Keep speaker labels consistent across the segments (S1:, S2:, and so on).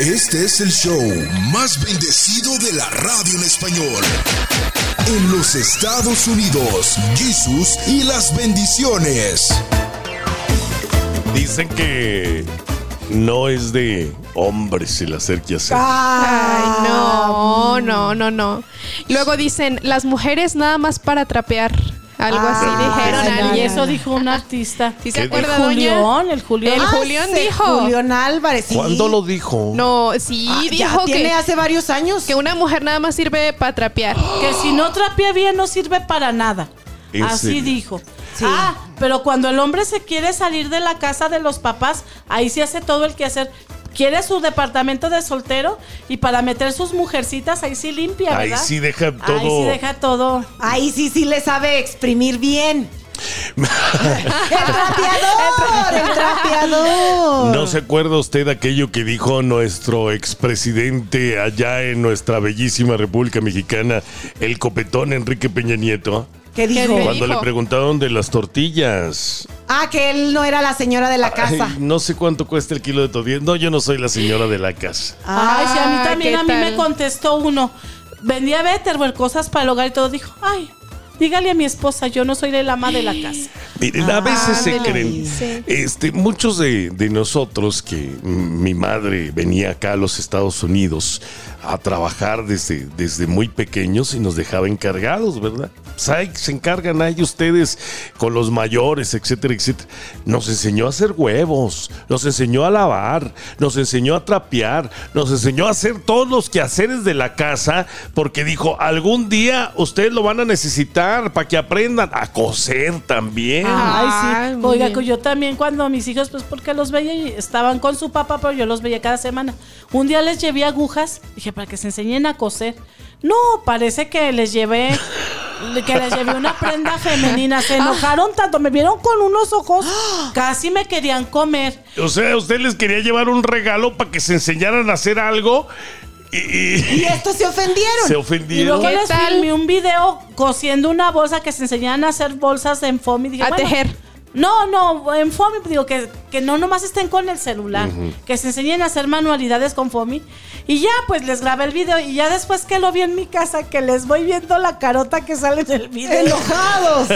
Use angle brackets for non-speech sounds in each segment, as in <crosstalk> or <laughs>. S1: Este es el show más bendecido de la radio en español. En los Estados Unidos, Jesús y las bendiciones.
S2: Dicen que no es de hombres el hacer que hacer.
S3: Ah, Ay, no, no, no, no. Luego dicen, las mujeres nada más para trapear. Algo así dijeron
S4: Ay,
S3: alguien.
S4: Y eso dijo un
S3: <laughs>
S4: artista.
S3: ¿Sí se
S2: ¿Qué
S4: El
S3: acuerda, doña?
S4: Julión, el Julión.
S3: El
S4: Ah,
S3: Julián
S5: sí,
S3: dijo.
S5: Julián Álvarez. sí.
S2: ¿Cuándo lo dijo?
S3: No, sí,
S5: Ah, ya
S3: dijo
S5: tiene
S3: que,
S5: hace varios años.
S3: que una mujer nada más sirve para trapear.
S4: Que si no trapea bien no sirve para nada.
S2: ¿En
S4: Así
S2: serio?
S4: dijo. Ah, pero cuando el hombre se quiere salir de la casa de los papás, ahí se hace todo el quehacer. Quiere su departamento de soltero y para meter sus mujercitas ahí sí limpia,
S2: Ahí
S4: ¿verdad?
S2: sí deja
S4: Ahí
S2: todo.
S4: sí deja todo.
S5: Ahí sí, sí le sabe exprimir
S2: <laughs>
S5: bien. el trapeador, el trapeador.
S2: ¿No se acuerda usted aquello que dijo nuestro expresidente allá en nuestra bellísima República Mexicana, el copetón Enrique Peña Nieto?
S5: ¿Qué dijo?
S3: ¿Qué
S2: Cuando
S3: dijo?
S2: le preguntaron de las tortillas.
S5: Ah, que él no era la señora de la casa.
S2: Ay, no sé cuánto cuesta el kilo de tortillas. No, yo no soy la señora de la casa.
S4: Ay, sí, a
S3: Ah,
S4: mí también,
S3: ¿qué
S4: a mí
S3: tal?
S4: me contestó uno. Vendía Betterware, cosas para el hogar y todo. Dijo, ay, dígale a mi esposa, yo no soy la ama de la casa.
S2: Miren, a veces se
S3: Ah, ándele.
S2: creen.
S3: Sí.
S2: Este, muchos de, de nosotros que mm, mi madre venía acá a los Estados Unidos a trabajar desde, desde muy pequeños y nos dejaba encargados, ¿verdad? Pues ahí se encargan ahí ustedes con los mayores, etcétera, etcétera. Nos enseñó a hacer huevos, nos enseñó a lavar, nos enseñó a trapear, nos enseñó a hacer todos los quehaceres de la casa, porque dijo, algún día ustedes lo van a necesitar para que aprendan a coser también.
S4: Ay, sí.
S3: muy
S4: Oiga,
S3: bien.
S4: que yo también cuando mis hijos, pues porque los veía y estaban con su papá, pero yo los veía cada semana. Un día les llevé agujas, dije, para que se enseñen a coser. No, parece que les llevé <laughs> que les llevé una prenda femenina.
S3: Ah.
S4: Se enojaron tanto, me vieron con unos
S3: <gasps>
S4: ojos, casi me querían comer.
S2: O sea, usted les quería llevar un regalo para que se enseñaran a hacer algo y, y
S5: Y estos se ofendieron.
S2: se
S4: Y
S2: ofendieron.
S4: luego
S3: ¿Qué
S4: les
S3: tal?
S4: filmé un video cosiendo una bolsa que se enseñaban a hacer bolsas en foam y dije,
S3: A
S4: bueno,
S3: tejer.
S4: No, no, en FOMI digo que, que no nomás estén con el celular, que se enseñen a hacer manualidades con FOMI. Y ya, pues les grabé el video y ya después que lo vi en mi casa, que les voy viendo la carota que sale en el video.
S2: <laughs>
S5: Enojados.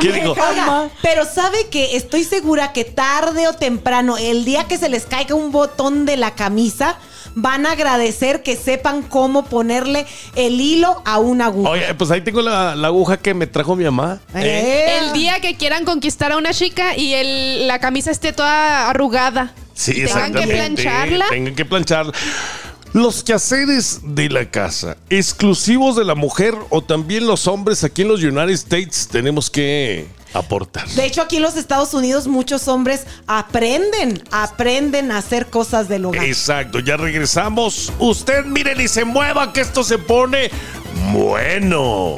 S2: ¿Qué digo?
S5: Oiga, pero sabe que estoy segura que tarde o temprano, el día que se les caiga un botón de la camisa, van a agradecer que sepan cómo ponerle el hilo a una aguja.
S2: Oye, pues ahí tengo la, la aguja que me trajo mi mamá. ¿eh?
S5: Eh.
S3: El día que quieran conquistar a una chica y el- la camisa esté toda arrugada.
S2: Sí,
S3: Y tengan que
S2: exactamente.
S3: plancharla.
S2: Tengan que plancharla. Los quehaceres de la casa, exclusivos de la mujer o también los hombres aquí en los United States, tenemos que aportar.
S5: De hecho, aquí en los Estados Unidos muchos hombres aprenden, aprenden a hacer cosas del hogar.
S2: Exacto, ya regresamos. Usted miren y se mueva que esto se pone bueno.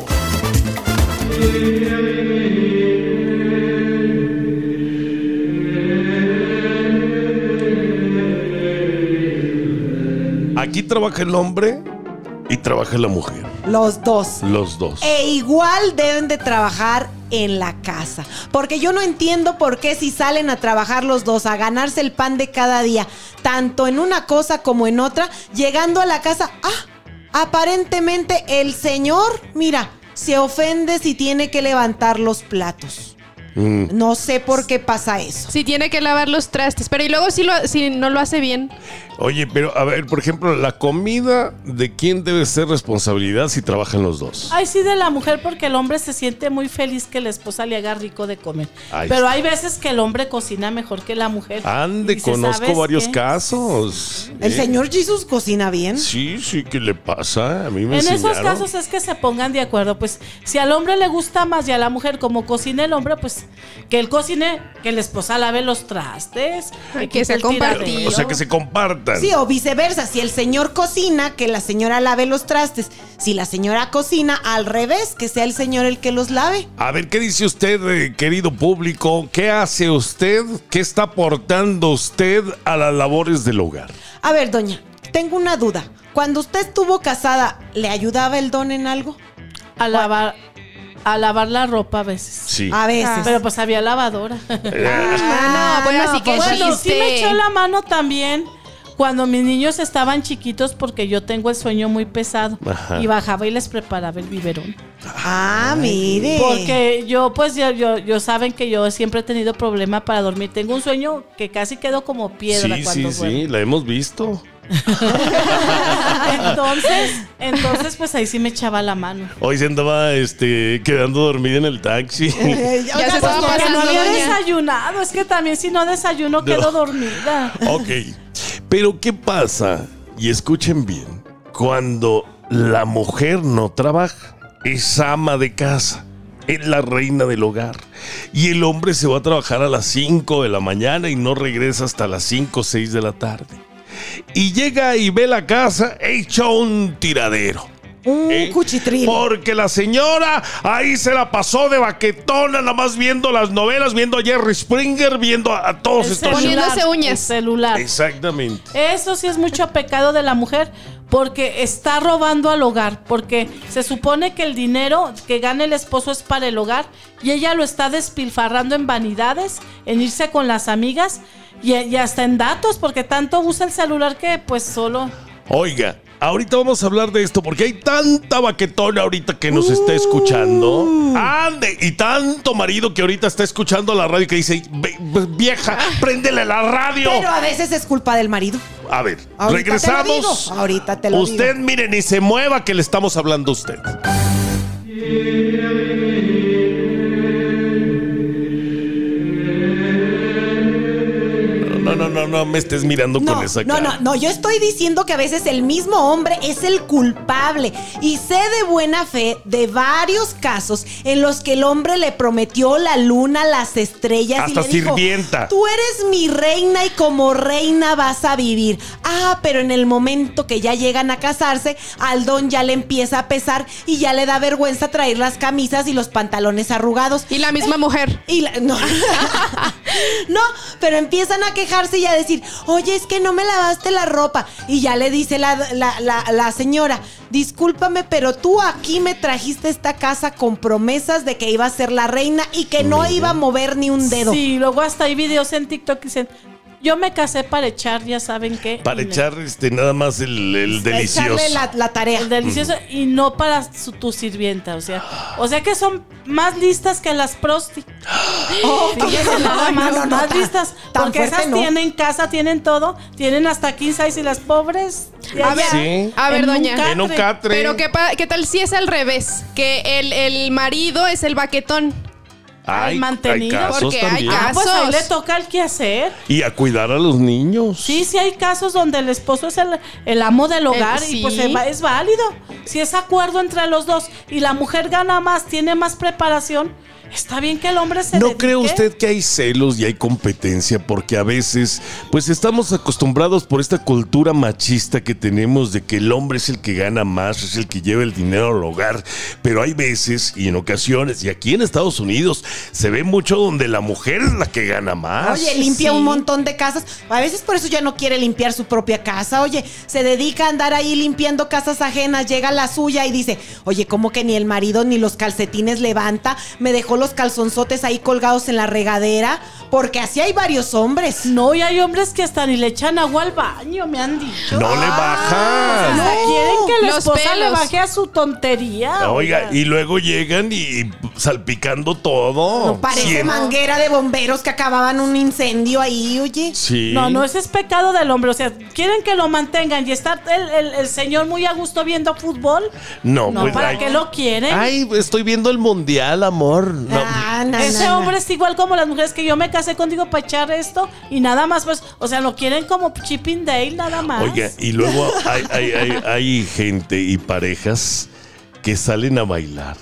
S2: Aquí trabaja el hombre y trabaja la mujer,
S5: Los dos.
S2: los dos.
S4: Eh.
S5: E igual deben de trabajar en la casa. Porque yo no entiendo por qué si salen a trabajar los dos, a ganarse el pan de cada día, tanto en una cosa como en otra, llegando a la casa, ah, aparentemente el señor, mira, se ofende si tiene que levantar los platos. No sé por qué pasa eso.
S3: Si tiene que lavar los trastes. Pero y luego si, lo, si no lo hace bien.
S2: Oye, pero a ver, por ejemplo, la comida, ¿de quién debe ser responsabilidad si trabajan los dos?
S4: Ay, sí, de la mujer, porque el hombre se siente muy feliz que la esposa le haga rico de comer.
S2: Ahí
S4: Pero
S2: está.
S4: hay veces que el hombre cocina mejor que la mujer. Y
S2: Ande,
S4: dice,
S2: conozco
S4: "¿Sabes
S2: varios
S4: qué?
S2: casos.
S5: El
S2: ¿eh?
S5: señor Jesús cocina bien.
S2: Sí, sí, ¿qué le pasa? A mí me
S4: En esos
S2: enseñaron.
S4: casos es que se pongan de acuerdo, pues si al hombre le gusta más y a la mujer como cocina el hombre, pues que él cocine, que la esposa lave los trastes,
S3: Ay, que
S4: quite
S3: sea
S4: el tiradero.
S3: compartido.
S2: O sea, que se compartan.
S5: Sí, o viceversa. Si el señor cocina, que la señora lave los trastes. Si la señora cocina, al revés, que sea el señor el que los lave.
S2: A ver, ¿qué dice usted, eh, querido público? ¿Qué hace usted? ¿Qué está aportando usted a las labores del hogar?
S5: A ver, doña, tengo una duda. Cuando usted estuvo casada, ¿le ayudaba el don en algo?
S4: a lavar a lavar la ropa a veces.
S2: Sí. Eh,
S5: A veces.
S4: Pero pues había lavadora.
S3: Ah, no, bueno, así que
S4: <laughs> bueno, sí
S3: chiste.
S4: me echó la mano también. cuando mis niños estaban chiquitos porque yo tengo el sueño muy pesado
S2: Ajá.
S4: y bajaba y les preparaba el biberón.
S5: Ah, mire.
S4: Porque yo, pues, yo, yo, yo saben que yo siempre he tenido problema para dormir. Tengo un sueño que casi quedo como piedra
S2: Sí, sí,
S4: cuando
S2: <laughs>
S4: duermo.
S2: sí, la hemos visto.
S4: Entonces, entonces, pues ahí sí me echaba la mano.
S2: Hoy se andaba este, quedando dormida en el
S4: <laughs>
S2: taxi.
S5: Eh,
S3: Ya
S5: oiga,
S3: se
S5: pues,
S3: estaba
S5: no,
S4: Porque no
S3: pasando,
S4: había
S3: doña.
S4: desayunado. Es que también si no desayuno quedo dormida.
S2: ok. Pero ¿qué pasa? Y escuchen bien. Cuando la mujer no trabaja, es ama de casa, es la reina del hogar. Y el hombre se va a trabajar a las 5 de la mañana y no regresa hasta las 5 o 6 de la tarde. Y llega y ve la casa hecha un tiradero.
S5: Un
S2: ¿eh?
S5: cuchitril.
S2: Porque la señora ahí se la pasó de baquetona, nada más viendo las novelas, viendo a Jerry Springer, viendo a, a todos
S4: El
S2: estos.
S3: celular. Poniéndose uñas.
S4: el celular.
S2: Exactamente.
S4: Eso sí es mucho pecado de la mujer porque está robando al hogar, porque se supone que el dinero que gana el esposo es para el hogar y ella lo está despilfarrando en vanidades, en irse con las amigas y, y hasta en datos, porque tanto usa el celular que pues solo...
S2: Oiga, ahorita vamos a hablar de esto porque hay tanta baquetona ahorita que nos está escuchando.
S5: Uh.
S2: Ande, y tanto marido que ahorita está escuchando la radio que dice, "Ve- ve- vieja, préndele la radio.
S5: Ah. Pero a veces es culpa del marido.
S2: A ver,
S5: Ahorita te lo digo,
S2: regresamos.
S5: ahorita te lo
S2: Usted, mire, ni se mueva que le estamos hablando a usted. No, no, no, no me estés mirando
S5: No,
S2: con esa
S5: no,
S2: cara.
S5: no, no, yo estoy diciendo que a veces el mismo hombre es el culpable. Y sé de buena fe de varios casos en los que el hombre le prometió la luna, las estrellas
S2: Hasta
S5: y le dijo,
S2: sirvienta.
S5: Tú eres mi reina y como reina vas a vivir. Ah, pero en el momento que ya llegan a casarse, al don ya le empieza a pesar y ya le da vergüenza traer las camisas y los pantalones arrugados.
S3: Y la misma mujer.
S5: Y la- no. <laughs> no, pero empiezan a quejarse y a decir, oye, es que no me lavaste la ropa. Y ya le dice la, la- la- la señora, discúlpame, pero tú aquí me trajiste esta casa con promesas de que iba a ser la reina y que no iba a mover ni un dedo.
S4: Sí, luego hasta hay videos en TikTok que dicen, yo me casé para echar, ya saben qué.
S2: Para
S4: Y le-
S2: echar este, nada más el, el delicioso.
S5: Echarle la, la tarea.
S4: El delicioso y no para su, tu sirvienta, o sea, o sea que son más listas que las
S5: <gasps>
S4: prosti. Fíjense nada
S5: Oh, Ay, no,
S4: más,
S5: no, no,
S4: más
S5: tan-
S4: listas,
S5: tan
S4: porque
S5: fuerte
S4: esas
S5: no.
S4: tienen casa, tienen todo, tienen hasta 15 y las pobres. de
S3: A
S4: allá,
S3: ver,
S2: Sí.
S3: a ver,
S4: en un
S3: doña.
S4: catre.
S2: En un catre.
S3: Pero ¿qué, pa- qué tal si es al revés, que el, el marido es el baquetón.
S2: Hay- hay
S4: mantenido,
S2: casos
S3: porque hay
S2: también.
S4: Ah, pues ahí
S3: Casos.
S4: le toca el quehacer.
S2: Y a cuidar a los niños.
S4: Sí, sí hay casos donde el esposo es el, el amo del hogar
S3: Eh,
S4: y pues
S3: sí.
S4: se va- es válido. Si es acuerdo entre los dos y la mujer gana más, tiene más preparación, está bien que el hombre se
S2: ¿No
S4: dedique.
S2: cree usted que hay celos y hay competencia? Porque a veces, pues estamos acostumbrados por esta cultura machista que tenemos de que el hombre es el que gana más, es el que lleva el dinero al hogar. Pero hay veces y en ocasiones, y aquí en Estados Unidos, se ve mucho donde la mujer es la que gana más.
S5: Oye, limpia
S4: sí.
S5: un montón de casas. A veces por eso ya no quiere limpiar su propia casa. Oye, se dedica a andar ahí limpiando casas ajenas, llega la suya y dice, oye, ¿cómo que ni el marido ni los calcetines levanta? Me dejó los calzonzotes ahí colgados en la regadera. Porque así hay varios hombres.
S4: No, y hay hombres que hasta ni le echan agua al baño, me han dicho.
S2: no le baja.
S4: Hasta
S5: no.
S4: quieren que la
S3: Los
S4: esposa le
S3: pelos.
S4: baje a su tontería.
S2: Oiga, y luego llegan y salpicando todo.
S5: No parece
S2: Siem-
S5: manguera de bomberos que acababan un incendio ahí, oye.
S2: Sí.
S4: No, no, ese es pecado del hombre. O sea, quieren que lo mantengan y está el, el- el señor muy a gusto viendo fútbol.
S2: No,
S4: No,
S2: pues,
S4: ¿para
S2: ay.
S4: qué lo quieren?
S2: Ay, estoy viendo el mundial, amor. No.
S5: Ah, na,
S4: Ese
S5: na, na.
S4: hombre es igual como las mujeres que yo me casé contigo para echar esto y nada más, pues, o sea, lo quieren como Chipping Dale, nada más.
S2: Oiga, y luego hay, hay- hay- hay gente y parejas que salen a bailar,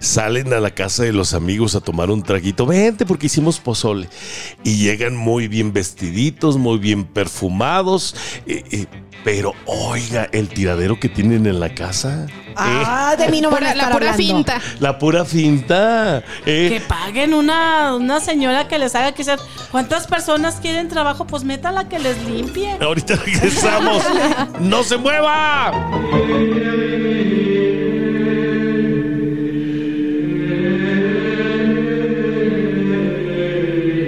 S2: salen a la casa de los amigos a tomar un traguito, vente porque hicimos pozole, y llegan muy bien vestiditos, muy bien perfumados, eh, eh, pero oiga, el tiradero que tienen en la casa,
S5: Ah, de mí no van a
S3: Pura-
S5: estar
S3: la pura
S5: hablando.
S3: finta.
S2: la pura finta, eh,
S4: Que paguen una, una señora que les haga quizás. ¿Cuántas personas quieren trabajo? Pues métala que les limpie.
S2: Ahorita regresamos. ¡No se mueva!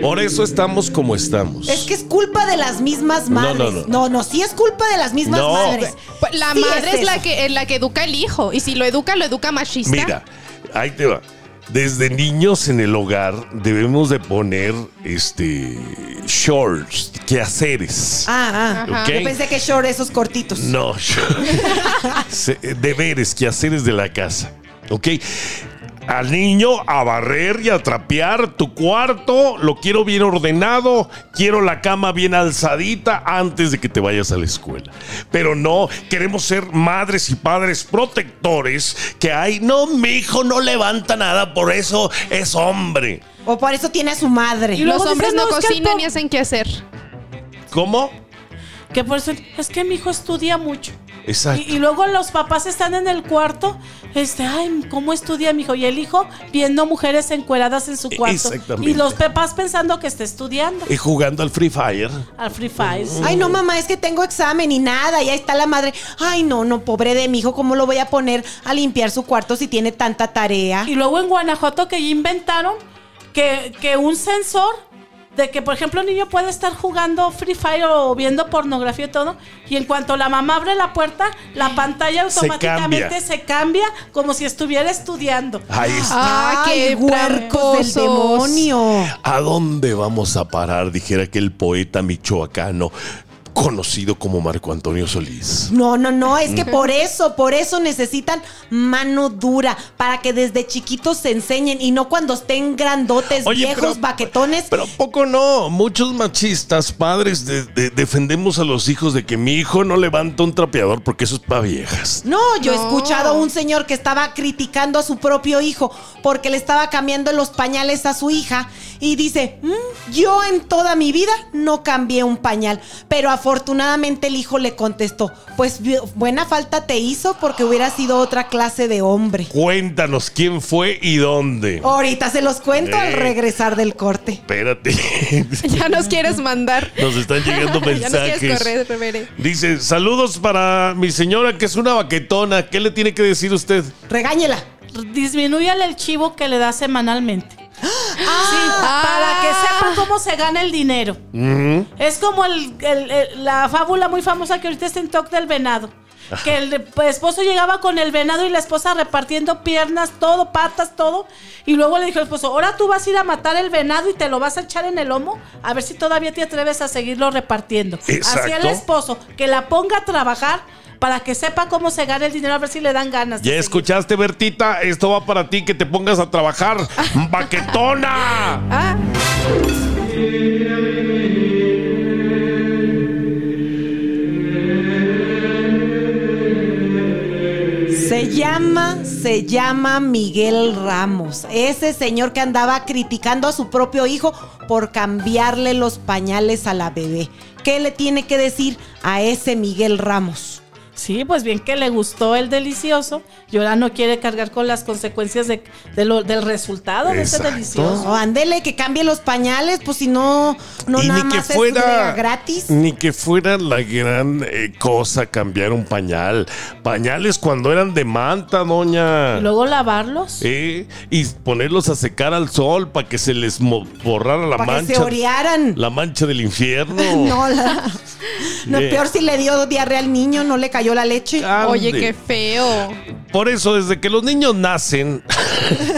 S2: Por eso estamos como estamos.
S5: Es que es culpa de las mismas madres. No, no, no. sí es culpa de las mismas
S2: No.
S5: madres.
S3: Pues, La
S5: Sí
S3: madre es, la
S5: eso.
S3: que, es la que educa al hijo. Y si lo educa, lo educa machista.
S2: Mira, ahí te va. Desde niños en el hogar debemos de poner este shorts, quehaceres.
S5: Ah, ah.
S3: Ajá.
S2: ¿ok?
S5: Yo pensé que short esos cortitos.
S2: No, se- eh, deberes, quehaceres de la casa. ¿Ok? Al niño a barrer y a trapear tu cuarto, lo quiero bien ordenado, quiero la cama bien alzadita antes de que te vayas a la escuela. Pero no, queremos ser madres y padres protectores que hay, no, mi hijo no levanta nada, por eso es hombre.
S5: O por eso tiene a su madre.
S4: Y
S3: Los
S4: luego
S3: hombres
S4: dicen,
S3: no
S4: "No, es que el
S3: cocinan
S4: po-
S3: ni hacen qué hacer. <laughs>
S2: ¿Cómo?
S4: Que por eso es que mi hijo estudia mucho.
S2: Exacto.
S4: Y, y luego los papás están en el cuarto, este, ay, ¿cómo estudia mi hijo? Y el hijo viendo mujeres encueradas en su
S2: E-,
S4: cuarto.
S2: Exactamente.
S4: Y los papás pensando que está estudiando
S2: Y jugando al Free Fire.
S4: al Free Fire.
S5: Ay, no, mamá, es que tengo examen y nada, y ahí está la madre. Ay, no, no, pobre de mi hijo, ¿cómo lo voy a poner a limpiar su cuarto si tiene tanta tarea?
S4: Y luego en Guanajuato que ya inventaron que, que un sensor de que, por ejemplo, un niño puede estar jugando Free Fire o viendo pornografía y todo, y en cuanto la mamá abre la puerta, la pantalla
S2: Se
S4: automáticamente
S2: cambia.
S4: se cambia como si estuviera estudiando.
S2: Ahí está.
S3: Ah, qué
S5: huercos del
S3: tramposos.
S5: demonio!
S2: ¿A dónde vamos a parar? Dijera aquel poeta michoacano conocido como Marco Antonio Solís.
S5: No, no, no, es que por eso, por eso necesitan mano dura, para que desde chiquitos se enseñen y no cuando estén grandotes,
S2: Oye,
S5: viejos,
S2: pero-
S5: baquetones.
S2: Pero poco no, muchos machistas, padres, de- de- defendemos a los hijos de que mi hijo no levanta un trapeador porque eso es para viejas.
S5: no, yo he
S3: No.
S5: escuchado a un señor que estaba criticando a su propio hijo porque le estaba cambiando los pañales a su hija y dice, "Mm, yo en toda mi vida no cambié un pañal, pero afortunadamente el hijo le contestó, pues bu- buena falta te hizo porque hubiera sido otra clase de hombre.
S2: Cuéntanos quién fue y dónde.
S3: Oh.
S5: Ahorita se los cuento al
S2: Eh.
S5: regresar del corte.
S3: <laughs>
S2: Espérate.
S3: Ya nos quieres mandar.
S2: Nos están llegando
S3: <laughs> Ya nos quieres
S2: mensajes.
S3: correr, Reveré.
S2: Dice, saludos para mi señora que es una baquetona. ¿Qué le tiene que decir usted?
S5: Regáñela.
S4: Disminúyale el chivo que le da semanalmente. Sí, para que sepa cómo se gana el dinero. Es como el- el- el- la fábula muy famosa que ahorita está en TOC del venado. Que el de- esposo llegaba con el venado y la esposa repartiendo piernas, todo, patas, todo. Y luego le dijo el esposo, ahora tú vas a ir a matar el venado y te lo vas a echar en el lomo, a ver si todavía te atreves a seguirlo repartiendo. Así el
S2: Exacto.
S4: esposo, que la ponga a trabajar para que sepa cómo se gana el dinero, a ver si le dan ganas. de
S2: Ya
S4: seguir.
S2: escuchaste, Bertita, esto va para ti, que te pongas a
S5: <laughs>
S2: trabajar. ¡Baquetona!
S3: Ah,
S5: Se llama, se llama Miguel Ramos. Ese señor que andaba criticando a su propio hijo por cambiarle los pañales a la bebé. ¿Qué le tiene que decir a ese Miguel Ramos?
S4: Sí, pues bien que le gustó el delicioso y ahora no quiere cargar con las consecuencias de, de lo- del resultado de ese
S2: Exacto.
S4: delicioso.
S5: No, Oh, ándele, que cambie los pañales, pues si no, no
S2: Y
S5: nada más estudia gratis.
S2: Ni que fuera la gran eh, cosa cambiar un pañal. Pañales cuando eran de manta, doña.
S4: Y luego lavarlos.
S2: Eh, y ponerlos a secar al sol para que se les mo- borrara la
S5: Para que se
S2: mancha.
S5: orearan.
S2: La mancha del infierno.
S5: <laughs>
S2: <laughs>
S5: No, la- no,
S2: Eh.
S5: peor si le dio diarrea al niño, no le cayó la leche.
S2: Ande.
S3: oye, qué feo.
S2: Por eso, desde que los niños
S5: <laughs>
S2: nacen,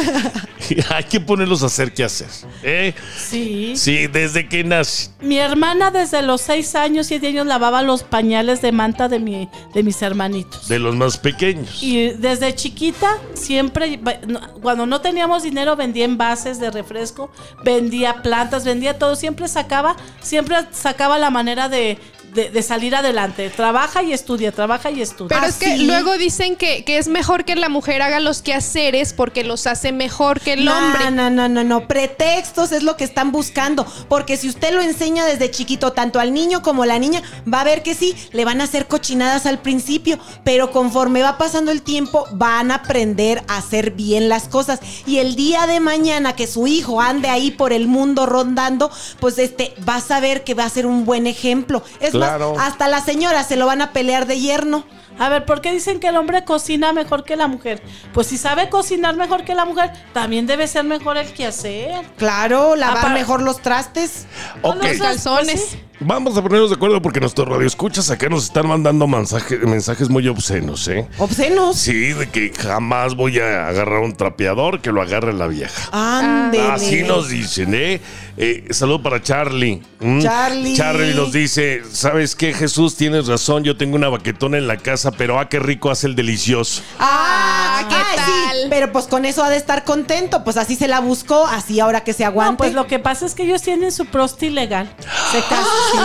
S2: <laughs> hay que ponerlos a hacer qué hacer. ¿eh?
S4: Sí.
S2: Sí, desde que nacen.
S4: Mi hermana desde los seis años, siete años lavaba los pañales de manta de, mi, de mis hermanitos.
S2: De los más pequeños.
S4: Y desde chiquita, siempre, va- no- cuando no teníamos dinero, vendía envases de refresco, vendía plantas, vendía todo. Siempre sacaba, siempre sacaba la manera de, de- de salir adelante. Trabaja y estudia, trabaja y estudia.
S3: Pero es que
S5: ¿sí?
S3: luego dicen que, que es mejor que la mujer haga los quehaceres porque los hace mejor que el
S5: no,
S3: hombre.
S5: No, no, no, no. Pretextos es lo que están buscando. Porque si usted lo enseña desde chiquito, tanto al niño como a la niña, va a ver que sí, le van a hacer cochinadas al principio. Pero conforme va pasando el tiempo, van a aprender a hacer bien las cosas. Y el día de mañana que su hijo ande ahí por el mundo rondando, pues este, va a saber que va a ser un buen ejemplo. Es
S2: Claro.
S5: más, hasta las señoras se lo van a pelear de yerno.
S4: A ver, ¿por qué dicen que el hombre cocina mejor que la mujer? Pues si sabe cocinar mejor que la mujer, también debe ser mejor el quehacer.
S5: Claro, lavar
S4: Apar-
S5: mejor los trastes.
S2: Ok.
S4: Los
S3: calzones.
S4: pues sí.
S2: Vamos a ponernos de acuerdo porque nuestros radioescuchas acá nos están mandando mensaje- mensajes muy obscenos, ¿eh?
S5: Obscenos.
S2: Sí, de que jamás voy a agarrar un trapeador que lo agarre la vieja.
S3: Ah,
S5: Ándele.
S2: Así nos dicen, ¿eh? Eh, Saludo para Charlie. Mm.
S5: Charlie.
S2: Charlie nos dice, ¿sabes qué, Jesús? Tienes razón, yo tengo una baquetona en la casa, pero ah, qué rico hace el delicioso.
S5: Ah,
S3: Ah, ¿qué
S5: ay, sí,
S3: tal?
S5: pero pues con eso ha de estar contento. Pues así se la buscó, así ahora que se aguanta.
S4: No, pues lo que pasa es que ellos tienen su prosti legal. Se
S5: Ah,
S4: casan, sí.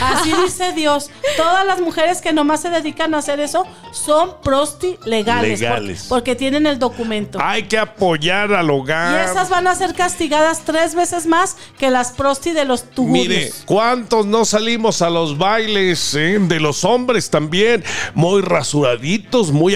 S4: Así dice Dios. Todas las mujeres que nomás se dedican a hacer eso son prosti legales. por-
S2: Legales. Ah,
S4: Porque, tienen el documento.
S2: Hay que apoyar al
S4: Y
S2: hogar.
S4: esas van a ser castigadas tres veces más que las prosti de los tuburios.
S2: Mire, ¿cuántos no salimos a los bailes eh? de los hombres también? Muy rasuraditos, muy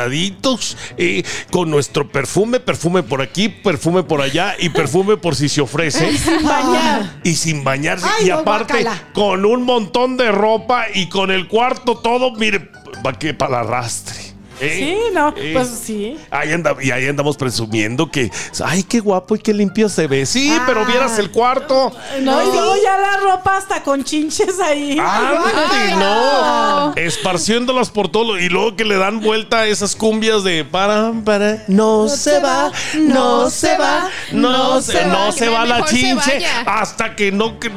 S2: afeitaditos, eh, con nuestro perfume, perfume por aquí, perfume por allá y perfume por si se ofrece.
S5: ah,
S4: Ah.
S2: Y sin bañarse.
S5: Ay,
S2: y
S5: no,
S2: aparte,
S5: guácala.
S2: con un montón de ropa y con el cuarto todo, mire, ¿para qué? Para el arrastre. ¿eh?
S4: Sí, no,
S2: Eh,
S4: pues sí.
S2: Ahí anda- y ahí andamos presumiendo que, ay, qué guapo y qué limpio se ve. Sí,
S5: Ah.
S2: pero vieras el cuarto.
S4: No, y
S5: sí.
S4: luego ya la ropa hasta con chinches ahí.
S2: Ah, Ande, no. Esparciéndolas por todo lo- y luego que le dan vuelta a esas cumbias de para para no se va, no se va, no se no se va la
S3: Mejor se
S2: chinche
S3: vaya.
S2: hasta que no que-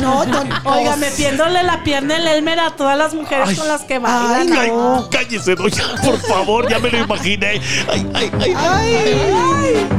S5: No, ton-
S4: Oiga,
S5: pues,
S4: metiéndole la pierna el Elmer a todas las mujeres
S2: Ay.
S4: con las que
S5: Ay,
S4: bailan.
S2: <laughs> Ay,
S5: no.
S2: cállese, doña, por favor, ya me lo imaginé. Ay, ay, ay.
S5: ay, ay.